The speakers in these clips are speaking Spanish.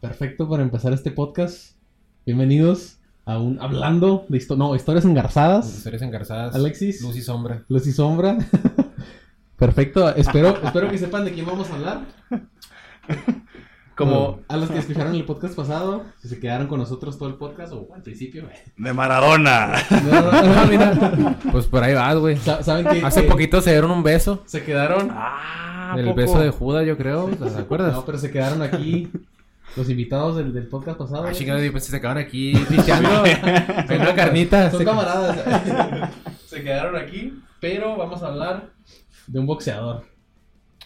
Perfecto para empezar este podcast. Bienvenidos a un hablando de histo- no, historias engarzadas. Historias engarzadas. Alexis. Luz y sombra. Luz y sombra. Perfecto, espero, espero que sepan de quién vamos a hablar. Como a los que escucharon el podcast pasado, si se quedaron con nosotros todo el podcast o al principio. eh. de Maradona. No, no, no, Ah, mira. Pues por ahí vas, güey. Sa- ¿Saben que Hace poquito se dieron un beso. se quedaron? Ah, El beso de Judas, yo creo. O sea, ¿Te acuerdas? No, pero se quedaron aquí los invitados del, del podcast pasado. Ah, chingada, yo pensé que se acabaron aquí pisteando. en una carnita. Son Se- camaradas. se quedaron aquí, pero vamos a hablar de un boxeador.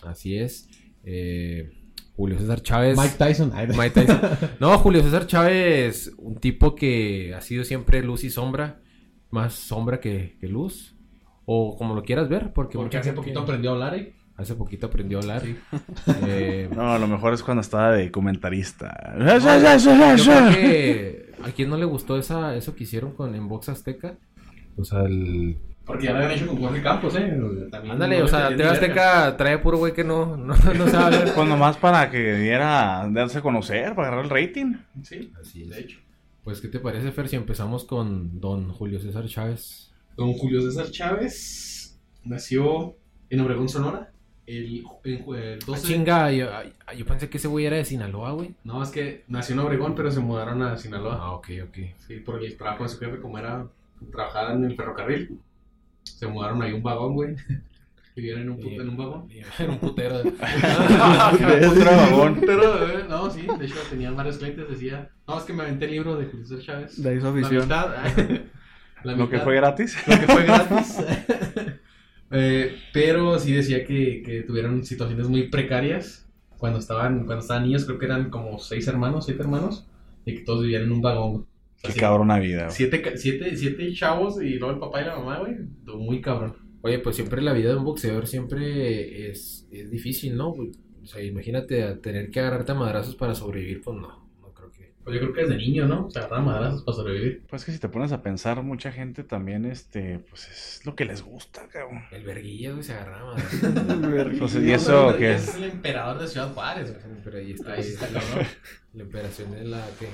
Así es. Eh, Julio César Chávez. Mike Tyson. Ay, Mike Tyson. No, Julio César Chávez, un tipo que ha sido siempre luz y sombra. Más sombra que, que luz. O como lo quieras ver, porque, Porque mucha hace gente- poquito aprendió a hablar, ¿eh? hace poquito aprendió a hablar. Sí. Eh, No, a lo mejor es cuando estaba de comentarista. Yo creo que a quien no le gustó esa, eso que hicieron con en Box Azteca. O sea, el... Porque ya lo habían hecho con Jorge Campos, ¿eh? También Ándale, no o le sea, tenían TV ni verga. Azteca trae puro güey que no, no, no sabe hablar. Pues nomás para que diera, darse a conocer, para agarrar el rating. Sí, Así de es. hecho. Pues, ¿qué te parece, Fer, si empezamos con don Julio César Chávez? Don Julio César Chávez nació en Obregón, Sonora. El, en- el Ah, 12. chinga, yo, ay, yo pensé que ese güey era de Sinaloa, güey. no, es que nació en Obregón, pero se mudaron a Sinaloa. Ah, ok, ok. Sí, por el trabajo de su jefe, como era trabajar en el ferrocarril. Se mudaron ahí a un vagón, güey. Vivían en un, pu- en un vagón. Era un putero. de- Otro vagón. Pero, eh, no, sí, de hecho tenían varios clientes. Decía, no, es que me aventé el libro de Julio César Chávez. De ahí su La afición. mitad. ah, La Lo que mitad. fue gratis. lo que fue gratis. Eh, pero sí decía que, que tuvieron situaciones muy precarias cuando estaban, cuando estaban niños, creo que eran como seis hermanos, siete hermanos, y que todos vivían en un vagón. Qué Así, cabrona vida. güey. Siete, ca- siete, siete chavos y luego el papá y la mamá, güey. Estuvo Muy cabrón. Oye, pues siempre la vida de un boxeador siempre es, es difícil, ¿no? O sea, imagínate a tener que agarrarte a madrazos para sobrevivir, pues no, no creo que... Pues yo creo que desde niño, ¿no? Se agarran madrazos para sobrevivir. Pues que si te pones a pensar, mucha gente también, este, pues es lo que les gusta, cabrón. El verguilla, güey, se agarraba a Entonces, No, Pues, ¿y eso pero qué ese es? Es el emperador de Ciudad Juárez, güey. madrazos. Pero ahí está, Ahí está, cabrón. la operación de la, ¿qué?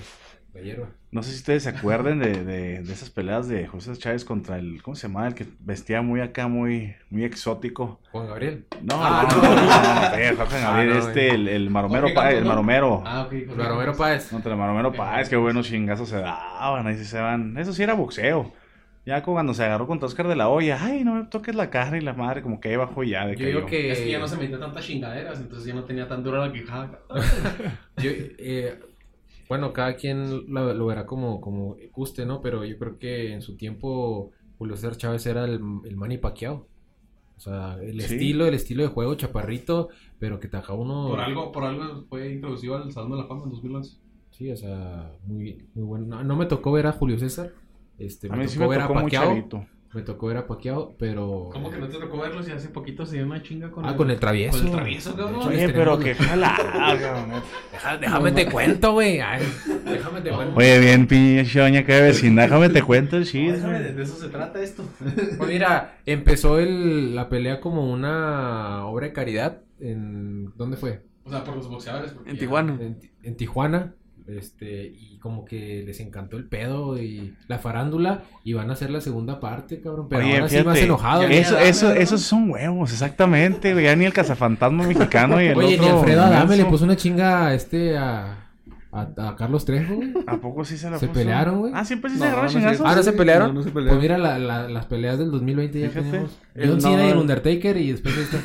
La hierba. No sé si ustedes se acuerdan de, de- de esas peleas de José Chávez contra el, ¿cómo se llamaba? El que vestía muy acá, muy, muy exótico. Juan Gabriel. No, Ah, no, no. no, no, no, eh, Jorge Gabriel, Ah, no, este, güey. el, el maromero, Jorge Páez, Campos, el ¿no? maromero. Ah, ok. El Pues, Baromero Páez. Contra el maromero Eh. Páez, qué buenos chingazos se daban, ahí sí se van. Eso sí era boxeo. Ya como cuando se agarró contra Oscar de la Hoya, ay, no me toques la cara y la madre, como que ahí bajó y ya de Yo digo que... que... Es que ya no se metía tantas chingaderas, entonces ya no tenía tan dura la quejada. yo, eh, bueno, cada quien la- lo, verá como, como guste, ¿no? Pero yo creo que en su tiempo Julio César Chávez era el, el Manny Pacquiao. O sea, el Sí. estilo, el estilo de juego chaparrito, pero que taja uno... Por algo, por algo fue introducido al Salón de la Fama en 2011. Sí, o sea, muy, muy bueno. No, no me tocó ver a Julio César. Este, A me mí tocó sí me ver tocó a muy Pacquiao. chavito. Me tocó ver a Pacquiao, pero... ¿Cómo que no te tocó verlo si hace poquito se dio una chinga con Ah, con el travieso. Con el travieso, cabrón. De hecho, Oye, les pero tenemos- que jala. cabrón. Deja- Ah, déjame te cuento, güey. Ay, Déjame te cuento. Oye, bien pinche doña que vecina, déjame te cuento el No, déjame, de, chisme. de eso se trata esto. Pues mira, empezó el- la pelea como una obra de caridad. En, ¿Dónde fue? O sea, por los boxeadores. porque En ya- Tijuana. En, Ti- en Tijuana. Este, y como que les encantó el pedo y la farándula. Y van a hacer la segunda parte, cabrón. Pero Oye, ahora sí más fíjate, enojado. ya- güey. Eso, eso, esos son huevos, exactamente. güey. Ya ni el cazafantasma mexicano y el Oye, otro. ni Alfredo Adame le menso. puso una chinga a este a, a, a Carlos Trejo, güey. ¿A poco sí se la ¿Se puso? pelearon, güey? Ah, siempre sí No, se agarraron no es chingazos. cierto. Ah, ¿no se pelearon? No, no se Pues pelearon. mira, la- la- las peleas del 2020 ya Fíjate. tenemos. El John Cena y el no- Undertaker y después esta.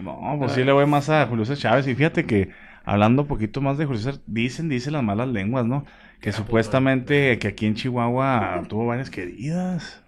No, pues sí le voy más a Julio César Chávez. Y fíjate que, hablando un poquito más de Julio César, dicen, dicen las malas lenguas, Ah, ¿no? pues, Que supuestamente que aquí en Chihuahua tuvo varias queridas.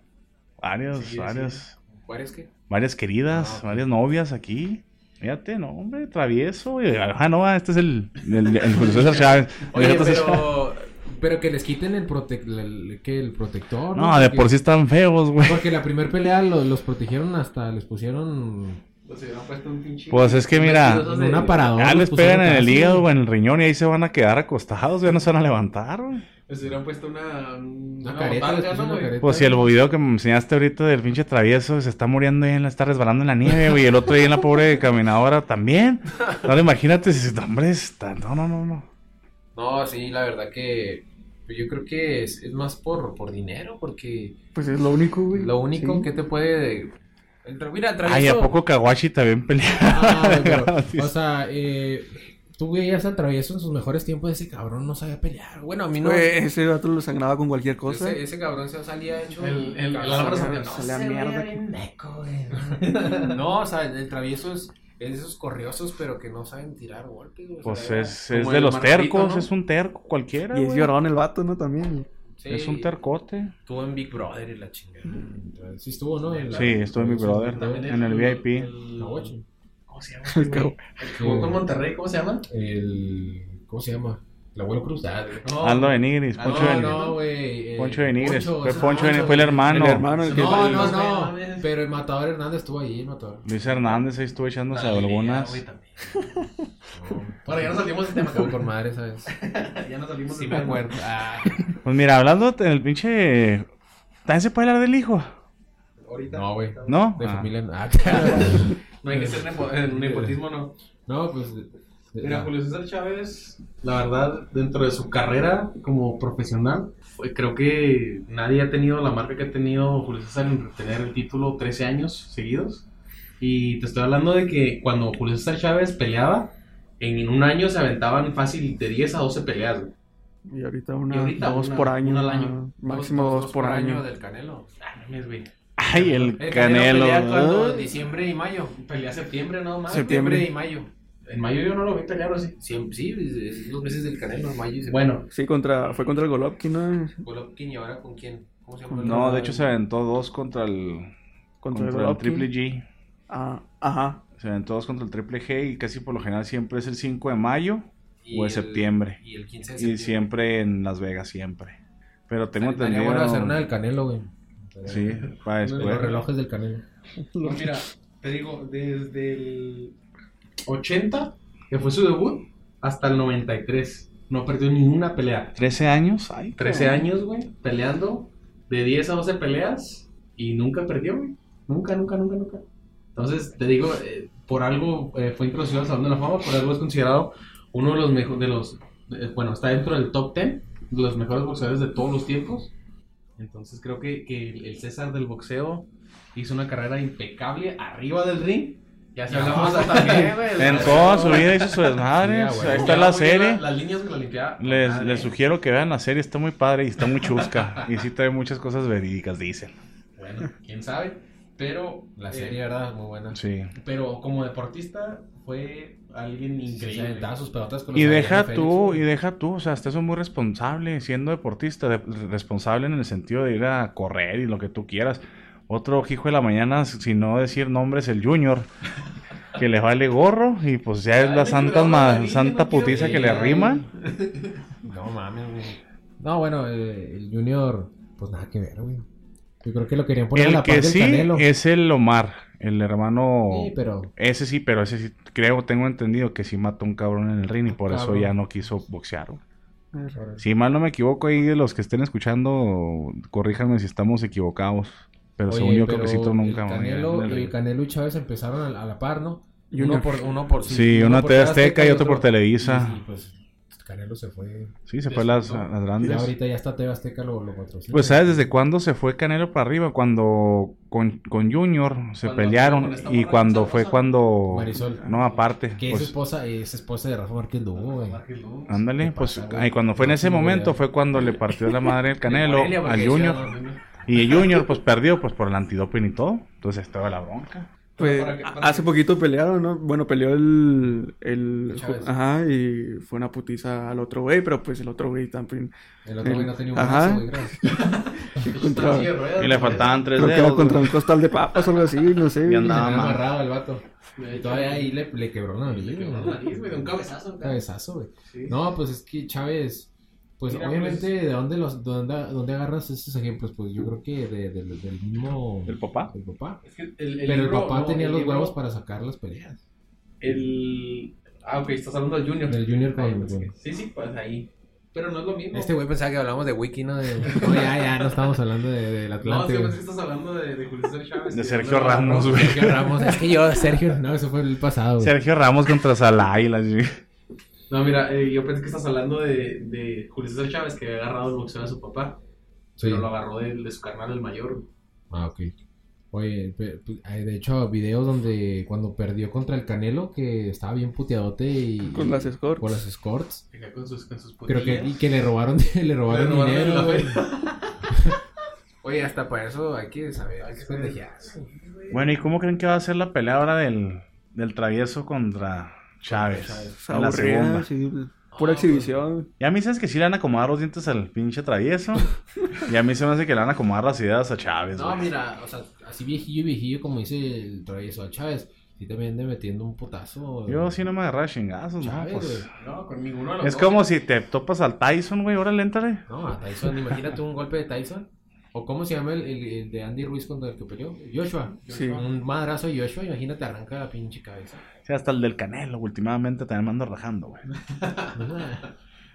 Varios, Sí, sí. varias, ¿Cuáles qué? varias queridas, Ah, ok. varias novias aquí. Fíjate, no, hombre, travieso. güey. Ah, no, ah, este es el, el- el Julio César Chávez. Oye, Fíjate, pero, pero que les quiten el, prote- la- el- que el protector. No, de por sí están feos, güey. Porque la primera pelea lo- los protegieron hasta les pusieron Los hubieran puesto un pinche. Pues es que mira, Mentirosos En de- un aparador. Ah, los ya pues, les pusieron pegan Ah, en el así. hígado o en el riñón y ahí se van a quedar acostados, ya no se van a levantar, güey. Les hubieran puesto una. Una careta, les botarga, pusieron ¿no, una güey? careta. Pues si el video que me enseñaste ahorita del pinche travieso se está muriendo y él está resbalando en la nieve, güey. Y el otro día en la pobre caminadora también. No, imagínate si su hombre está. No, no, no, no. No, sí, la verdad que pues yo creo que es, es más por, por dinero, porque Pues es lo único, güey. lo único Sí. que te puede... el tra- mira, el Ay, ¿a travieso- poco Kawashi también pelea? Ah, güey, pero, Gratis. o sea, eh, tú veías al travieso en sus mejores tiempos, ese cabrón no sabía pelear. Bueno, a mí no... Güey, ese vato lo sangraba con cualquier cosa. Ese, ese cabrón se salía hecho... El- el- el Cabrón, Álvaro se- Santana. Se la mierda. No, o sea, el travieso es, es de esos corriosos, pero que no saben tirar golpes. güey. O sea, Pues era como es, es el de los Manolito, tercos, ¿no? es un terco cualquiera. Y es güey. llorón el vato, ¿no? También. Sí, Es un tercote. Estuvo en Big Brother y la chingada. Mm. Sí estuvo, ¿no? En la- Sí, estuvo en Big Brother, También en el VIP. La ocho. ¿Cómo se llama? este güey? El que jugó con Monterrey, ¿cómo se llama? El... ¿Cómo se llama? El abuelo Cruz. Ah, No, Aldo de Nigris, Ah, Poncho no, de Nigris. no, güey. eh, Poncho de Nigres. Poncho, Fue o sea, Poncho de Nigres, fue el güey. hermano. El hermano, el que. No, El no, hermano. no. Pero el matador Hernández estuvo ahí, el matador. Luis Hernández ahí estuvo echándose Ah, algunas. güey, también. Bueno, ya nos salimos del tema, Estuvo con cabrón. madre, ¿sabes? Ya nos salimos Sí del me tema. acuerdo. Ah, Pues mira, hablando del pinche. También se puede hablar del hijo, Ahorita. No, güey. ¿no? de Ah. familia. Ah, No hay que ser nepo- eh, nepotismo, no. no, pues. de- de- Mira, ah, Julio César Chávez, la verdad, dentro de su carrera como profesional, fue- creo que nadie ha tenido la marca que ha tenido Julio César en tener el título 13 años seguidos. Y te estoy hablando de que cuando Julio César Chávez peleaba, en un año se aventaban fácil de 10 a 12 peleas. güey. Y ahorita una, Y ahorita dos una- por año. una al año. ah, Máximo dos, por, año. del Canelo. Ah, no mames, güey. Ay, el El Canelo. Ah. pelea cuando, en Ay. diciembre y mayo. Pelea septiembre, no más. Septiembre. Septiembre y mayo. En mayo yo no lo vi pelear así. Siem- sí, es- es los meses del Canelo, mayo y septiembre. Bueno, Sí, contra, fue contra el Golovkin, ¿no? Golovkin y ahora con quién? ¿Cómo se llama? No, de hecho se aventó dos contra el, Contra, el contra el Golovkin. Triple G. Ah, ajá. Se aventó dos contra el Triple G y casi por lo general siempre es el 5 de mayo Y o de el- septiembre. Y el 15 de Y septiembre. siempre en Las Vegas, siempre. Pero tengo Estaría entendido. bueno hacer una del Canelo, güey. Sí, para Los después. relojes del Canelo. Pues mira, te digo, desde el 80, que fue su debut, hasta el 93. No perdió ni una pelea. 13 años, ay. 13 años, güey, peleando. De 10 a 12 peleas. Y nunca perdió, güey. Nunca, nunca, nunca, nunca. Entonces, te digo, eh, por algo eh, fue introducido al Salón de la Fama, por algo es considerado uno de los mejores, de los, eh, bueno, está dentro del top 10 de los mejores boxeadores de todos los tiempos. Entonces creo que, que el- el César del boxeo hizo una carrera impecable arriba del ring. Ya se hablamos hasta que, güey, En la- toda su vida hizo su desmadre. Sí, ah, güey. Ya Ahí está la muy bien, serie. Las líneas que la limpiaba. Les, Madre. les sugiero que vean la serie, está muy padre y está muy chusca. y sí trae muchas cosas verídicas, dicen. Bueno, quién sabe. Pero La eh, serie, ¿verdad? Muy buena. Sí. Pero como deportista fue alguien Sí, se increíble. aventaba sus pelotas con los Y deja Adrián tú, y Félix, deja tú, o sea, hasta eso es muy responsable, siendo deportista, de- responsable en el sentido de ir a correr y lo que tú quieras. Otro hijo de la mañana, si no decir nombres, el Junior, que le vale gorro y pues ya es Ay, la me santa, pegaba ma- la línea, santa no quiero putiza que ir. le arriman. güey. No mames, güey. No, bueno, eh, el Junior, pues nada que ver, güey. Yo creo que lo querían poner a El la par que del sí Canelo. es el Omar, el hermano... Sí, pero Ese sí, pero ese sí, creo, tengo entendido que sí mató un cabrón en el ring y por eso Ah, Cabrón. ya no quiso boxear. güey. pero- Si mal no me equivoco, ahí de los que estén escuchando, corríjanme si estamos equivocados. Pero Oye, según yo, creo pero que sí, tú nunca el morí en Canelo, el el ring. Canelo y Chávez empezaron a, la- a la par, ¿no? Y uno uno- por uno por Sí, una TV Azteca y otro por Televisa. Y, y, pues Canelo se fue. Sí, se fue a las, a las Ya grandes. ahorita ya está TV Azteca lo, lo patrocina. Pues, ¿sabes desde cuándo se fue Canelo para arriba? Cuando con, con Junior se Cuando- pelearon con esta y morra cuando que fue se cuando... Marisol. No, aparte. que es pues, esposa, es esposa de Rafa Márquez Lugo, güey. Ándale, ¿Qué pues pasa, güey? ahí cuando fue en No ese tengo momento idea. fue cuando le partió la madre el Canelo Morelia, porque al decía, Junior. Y el Junior pues perdió pues por el antidoping y todo. Entonces estaba la bronca. Pues, para que- para hace que- poquito pelearon, ¿no? Bueno, peleó el. el Chávez. ajá, y fue una putiza al otro güey, pero pues el otro güey también. El otro güey no tenía un Ajá. brazo, güey, gracias. Contra- Y le faltaban tres Creo que era dedos. contra un costal de papas o algo así, no sé. Y Tenía andaba. Nada más. amarrado el vato. Y todavía ahí le, le quebró la nariz, Le quebró la nariz, güey, de un cabezazo, Un güey. cabezazo, güey. Sí. No, pues es que Chávez Pues Mira, obviamente, pues- ¿de dónde, los, dónde, dónde agarras estos ejemplos? Pues yo creo que de- de- del mismo... ¿Del papá? del papá. Es que el, el Pero el libro, papá no, tenía el los libro- huevos para sacar las peleas. El... Ah, ok, estás hablando del Junior. Del Junior Ah, con- pues, Sí, sí, pues ahí. Pero no es lo mismo. Este güey pensaba que hablábamos de Wiki, ¿no? De... No, ya, ya, no estamos hablando de- del no, Atlante. sí, güey. pues estás hablando de, de Julio César Chávez. De y Sergio hablando- Ramos, güey. Sergio Ramos. Es que yo, Sergio, no, eso fue el pasado, güey. Sergio Ramos contra Salah y la chi- No, mira, eh, yo pensé que estás hablando de, de Julio César Chávez, que había agarrado el boxeo de su papá. Sí. Pero lo agarró de, de su carnal, el mayor. Ah, ok. Oye, pe- pe- hay, de hecho, videos donde cuando perdió contra el Canelo, que estaba bien puteadote y... Con las escorts. Con las escorts. Acá con sus, con sus Creo que, y putillas. que le robaron, le robaron, Le robaron dinero, la güey. Oye, hasta para eso hay que saber. Hay que Bueno, ¿y cómo creen que va a ser la pelea ahora del, del travieso contra Chávez? En la segunda. Pues, Aburrida, sí, pura Ah, exhibición. Y a mí sabes que sí le van a acomodar los dientes al pinche travieso. y a mí se me hace que le van a acomodar las ideas a Chávez, No, güey. mira, o sea, así viejillo, viejillo, como dice el travieso al Chávez, sí también de metiendo un putazo. Yo sí no me agarraba chingazos, ¿no? Chávez, Pues, güey. No, con ninguno de los es dos. como si te topas al Tyson, güey, órale, éntale. No, a Tyson, imagínate un golpe de Tyson. ¿O cómo se llama el, el- el de Andy Ruiz contra el que peleó? Joshua. Sí. Un madrazo de Joshua, imagínate, arranca la pinche cabeza. O sea, hasta el del Canelo, güey, últimamente también me ando rajando, güey.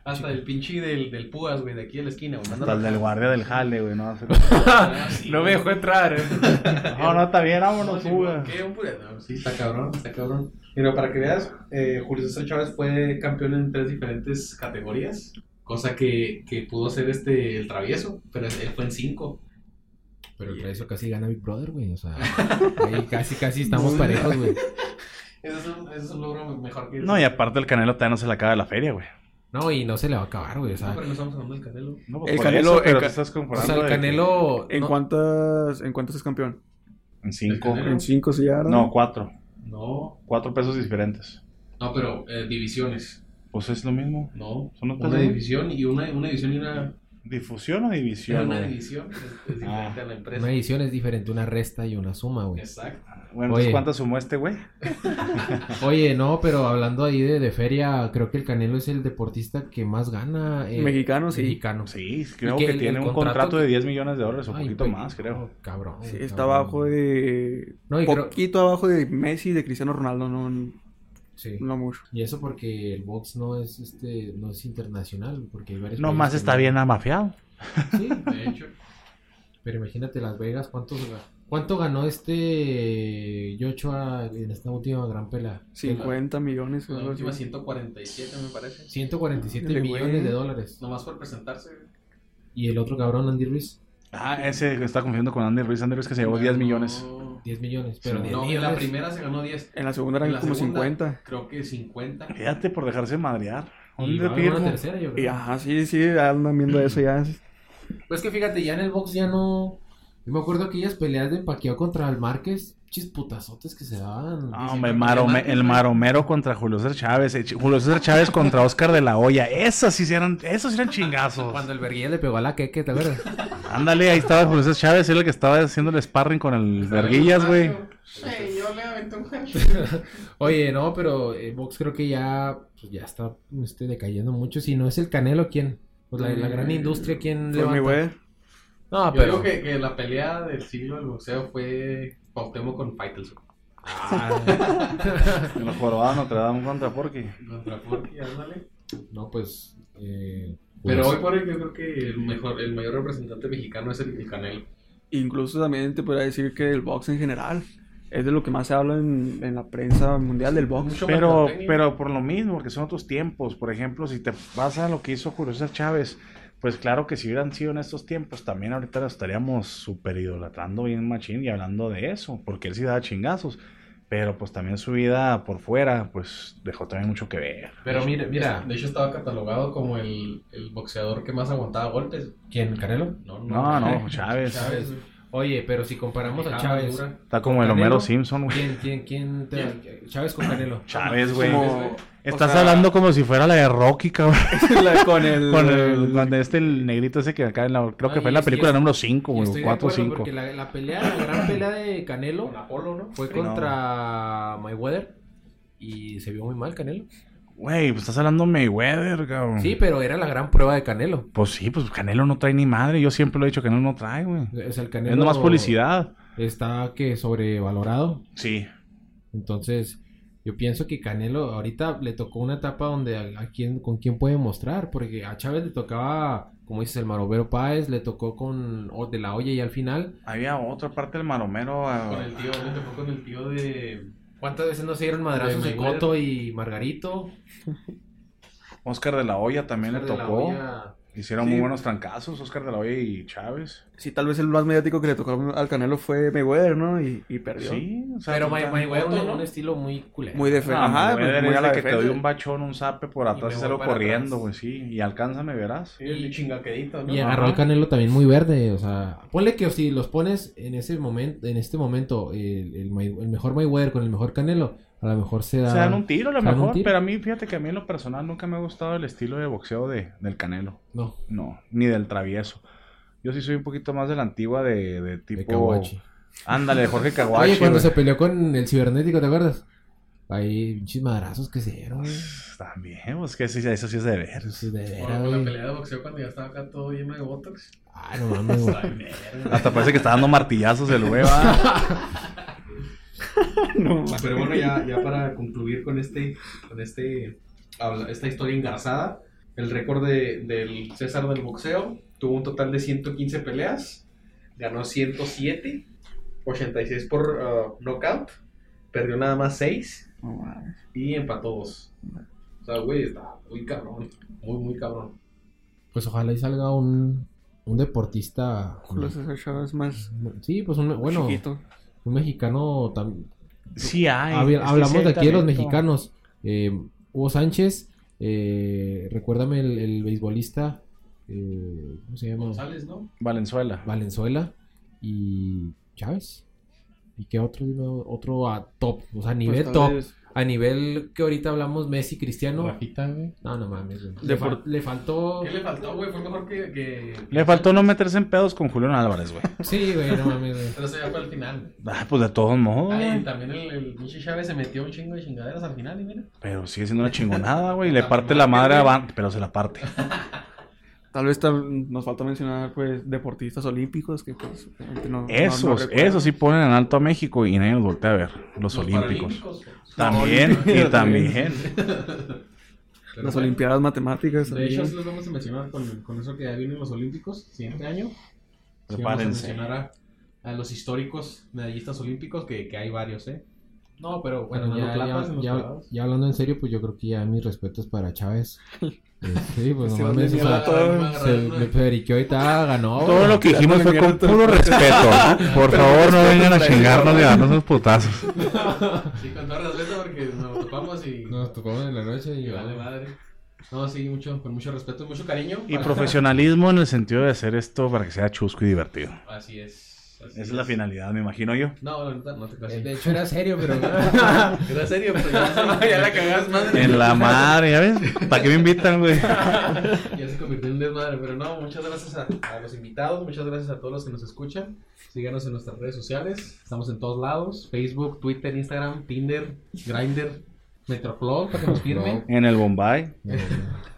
Hasta el pinche del, del Púas, güey, de aquí de la esquina. güey. Hasta el del guardia del jale, güey, no. hace- Ah, sí, güey. entrar. No, no, está bien, vámonos, sí, güey. ¿Qué? Un puretano. Sí, está cabrón, está cabrón. Pero para que veas, eh, Julio César Chávez fue campeón en tres diferentes categorías, cosa que, que pudo ser este el travieso, pero él fue en cinco. Pero el travieso casi gana Big Brother, güey. O sea, ahí casi, casi estamos parejos, güey. Ese es un, ese es un logro mejor que... No, y aparte el Canelo también no se le acaba la feria, güey. No, y no se le va a acabar, güey. O No, sea, pero no estamos hablando del Canelo. No, pues El por Canelo- pero el te Ca- estás o comparando sea el de que- Canelo. ¿En no- cuántas en cuántos es campeón? En cinco. El Canelo. En cinco sí ya. No, cuatro. No, Cuatro pesos diferentes. no, pero eh, divisiones. Pues es lo mismo. No, Son los una pesos. división y una, una división y una... ¿Difusión o Una, división? güey? división es, es diferente Ah. a la empresa. Una edición es diferente, una resta y una suma, güey. Exacto. Bueno, entonces, Oye. ¿cuánto sumó este güey? Oye, no, pero hablando ahí de, de feria, creo que el Canelo es el deportista que más gana. eh, Mexicano, sí. Mexicano. Sí, creo Y que, el- tiene el un contrato contrato que- de 10 millones de dólares o un Ay, poquito pues, más, creo. Cabrón. Sí, güey, está cabrón. abajo de. No, y creo- poquito abajo de Messi y de Cristiano Ronaldo, no, Sí. no mucho. Y eso porque el box no es este no es internacional, porque hay varios No países más que está no- bien amafiado. Sí, De hecho, pero imagínate Las Vegas, ¿cuánto, cuánto ganó este Joshua en esta última gran pelea? 50 millones. la algo última así. 147 me parece. 147 Dale, millones güey. de dólares. Nomás por presentarse. Y el otro cabrón, Andy Ruiz, Ah, ese está confundiendo con Andy Ruiz. Andy Ruiz que se llevó 10 millones. No. 10 millones. Pero Sí. 10 No, en millones. la primera se ganó 10. En la segunda En eran la como segunda, 50. Creo que 50. Fíjate por dejarse madrear. Y ¿Dónde va a haber una firmo? tercera, yo Y creo. ajá, sí, sí, andan viendo eso ya. Pues que fíjate, ya en el box ya no. Yo me acuerdo aquellas peleas de Paquiao contra el Márquez, chisputazotes que se daban. Ah, hombre, marome- el maromero contra Julio César Chávez. eh, Ch- Julio César Chávez contra Oscar de la Hoya. Esas sí eran, esos sí eran chingazos. Cuando el Berguilla le pegó a la queque, ¿te acuerdas? Ándale, ahí estaba Julio César Chávez, era el que estaba haciendo el sparring con el Verguillas, güey. yo le aventé un Oye, no, pero eh, box creo que ya, pues, ya está este, decayendo mucho. Si no es el Canelo, ¿quién? Pues la, la gran industria, ¿quién Pues mi levanta? güey. No, Yo Ah, pero... digo que, que la pelea del siglo del boxeo fue Cuauhtémoc con Faitelson. Ah, En los jorobados Notre Dame contra Porky. Contra Furky, ándale. no, pues... eh, Pero hoy pues, por hoy yo creo que el mejor, el mayor representante mexicano es el, el Canelo. Incluso también te podría decir que el box en general es de lo que más se habla en, en la prensa mundial del box. Mucho más Pero, contenido. pero por lo mismo, porque son otros tiempos. Por ejemplo, si te pasa lo que hizo Julio César Chávez, pues claro que si hubieran sido en estos tiempos, también ahorita lo estaríamos super idolatrando bien machín y hablando de eso, porque él sí daba chingazos. Pero pues también su vida por fuera, pues dejó también mucho que ver. Pero mira, mira, De hecho estaba catalogado como el, el boxeador que más aguantaba golpes. ¿quién? ¿Canelo? No, No, no, Chávez. Chávez. Oye, pero si comparamos a Dejaba Chávez, dura. Está como el Canelo. Homero Simpson, güey. ¿quién, quién, quién? Te... Chávez con Canelo. Chávez, güey. Como, Estás o sea, hablando como si fuera la de Rocky, cabrón. la- con el. Con el, con este el negrito ese que acá en la, creo que No, fue y en la es- y película es- número 5, Yo estoy güey, de 4 o acuerdo 5. Porque la, la pelea, la gran pelea de Canelo Con Apolo, ¿no? fue Sí, contra Mayweather y se vio muy mal Canelo. Güey, pues estás hablando Mayweather, cabrón. Sí, pero era la gran prueba de Canelo. Pues sí, pues Canelo no trae ni madre. Yo siempre lo he dicho, Canelo no trae, güey. O sea, el Canelo Es nomás publicidad. Está que sobrevalorado. Sí. Entonces, yo pienso que Canelo ahorita le tocó una etapa donde a, a quién, con quién puede mostrar, porque a Chávez le tocaba, como dices, el Marobero Páez, le tocó con o- de la olla y al final. Había otra parte del maromero. ah, Con el tío, me tocó con el tío de. ¿Cuántas veces no se dieron madrazos De de Mayweather. Coto y Margarito? Oscar de la Hoya también Oscar le de la tocó. Hoya. Hicieron Sí. muy buenos trancazos, Oscar de la Hoya y Chávez. Sí, tal vez el más mediático que le tocó al Canelo fue Mayweather, ¿no? Y, y perdió. Sí, o sea, pues Pero tú May- tan- Mayweather Cotto, un- ¿no? un estilo muy culero. Muy defe- Ah, Ajá, Mayweather muy es a la el que te doy defensa. un bachón, un zape por atrás me y voy salgo para corriendo, atrás. güey, sí. Y alcánzame, verás. El chingaquedito, ¿no? Y agarró Ajá. al Canelo también muy verde, o sea, ponle que si los pones en ese momento, en este momento, el, el May- el mejor Mayweather con el mejor Canelo, a lo mejor se da... Se dan un tiro a lo se dan un mejor, tiro. pero a mí, fíjate que a mí en lo personal nunca me ha gustado el estilo de boxeo de, del Canelo. No, No, ni del travieso. Yo sí soy un poquito más de la antigua de, de de tipo... Kawachi. Ándale, de Jorge Caguachi. Oye, cuando se peleó con el cibernético, ¿te acuerdas? Ahí, pinches madrazos que se dieron, güey. También, pues que sí, eso sí es de ver. Eso O de veras, con la güey. pelea de boxeo cuando ya estaba acá todo lleno de botox. Ah, no mames, güey. Ay, verga. Hasta parece que está dando martillazos el huevo. No, Ah, Pero bueno, ya, ya para concluir con este, con este, habla- esta historia engarzada, el récord de- del César del boxeo tuvo un total de 115 peleas, ganó 107, 86 por uh, knockout, perdió nada más 6 no mames. y empató 2. O sea, güey, está muy cabrón, muy, muy cabrón. Pues ojalá y salga un, un deportista... Julio César Chávez más Sí, pues un, bueno, chiquito. un mexicano también... Sí hay. Habl- es que hablamos sí hay de aquí de los talento. mexicanos. Eh, Hugo Sánchez, eh, recuérdame el, el beisbolista, eh, ¿cómo se llama? González, ¿no? Valenzuela. Valenzuela y Chávez. ¿Y qué otro? Dime otro a top, o sea, a nivel Pues, tal top. vez A nivel que ahorita hablamos Messi, Cristiano. Rafita, güey. No, no mames. güey. De Le, por- fal- le faltó... ¿Qué le faltó, güey? Fue mejor que... que... Le faltó no meterse en pedos con Julián Álvarez, güey. Sí, güey, no mames. güey. Pero eso ya fue al final, güey. Ah, pues de todos modos. Ay, güey. también el, el pinche Chávez se metió un chingo de chingaderas al final y mira. Pero sigue siendo una chingonada, güey. Le La parte la madre, madre a güey. Van, pero se la parte. Tal vez tam- nos falta mencionar, pues, deportistas olímpicos que, pues, obviamente no- no- no Esos, recuerdan. esos sí ponen en alto a México y nadie los voltea a ver. Los, olímpicos. También, y también. Pero Las bueno, olimpiadas matemáticas. De hecho, también. sí los vamos a mencionar con, con eso que ya vienen los Olímpicos, siguiente año. Sí vamos a Prepárense. mencionar a, a los históricos medallistas olímpicos, que, que hay varios, ¿eh? No, pero Bueno, ya, Platas en ya, los ya- clavados. ya hablando en serio, pues yo creo que ya mis respetos para Chávez. Eh, Sí, pues no mames. Se van o de sea, mierda todo. se me periqueó y tal, ganó. Todo güey. lo que dijimos fue con puro respeto. Por favor, no vengan a chingarnos y a darnos unos putazos. Sí, con todo respeto porque nos topamos y... Nos tocó en la noche y eh, y vale madre. No, sí, mucho, con mucho respeto y mucho cariño. Y para- profesionalismo en el sentido de hacer esto para que sea chusco y divertido. Así es. así Esa es la finalidad, me imagino yo. No, la neta, no te Eh, creas. De hecho era serio, pero Era serio, pero ya, ya la cagás madre. En la madre, ¿ya ves? ¿Para qué me invitan, güey? Ya se convirtió en un desmadre, pero no, muchas gracias a, a los invitados, muchas gracias a todos los que nos escuchan. Síganos en nuestras redes sociales, estamos en todos lados, Facebook, Twitter, Instagram, Tinder, Grindr, Metroflog para que nos firmen. En el Bombay. En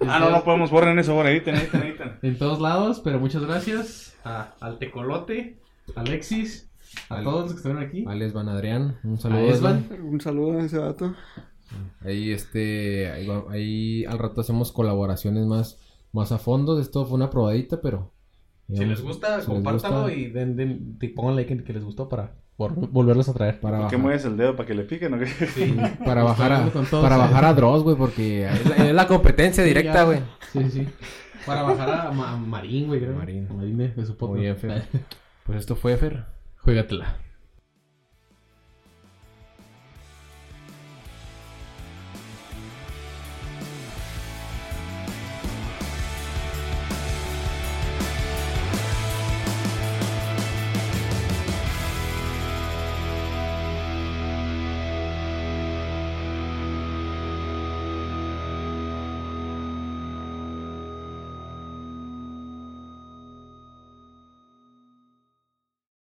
Ah, no, no todos- podemos borrar eso, borren, editen, editen, editen. En todos lados, pero muchas gracias a, al Tecolote, a Alexis, a Al- todos los que estuvieron aquí. A Lesban Adrián, un A saludo. Esban. Esban. Un saludo a ese vato. Ahí este ahí, va- ahí al rato hacemos colaboraciones más más a fondo. Esto fue una probadita, pero Si digamos, les gusta, si les compártanlo gusta, y den, den, te pongan like en que les gustó para vol- volverlos a traer. para ¿Por qué bajar, mueves el dedo para que le piquen o qué? Sí. para bajar a Con todos, para eh. bajar a Dross, güey, porque es la, es la competencia Sí, ya. directa, güey. Sí, sí. Para bajar a, Ma- a Marín, güey, creo. Marín. A Marín de, de su podcast. Muy bien, Fer. Pues esto fue Fer. Juégatela.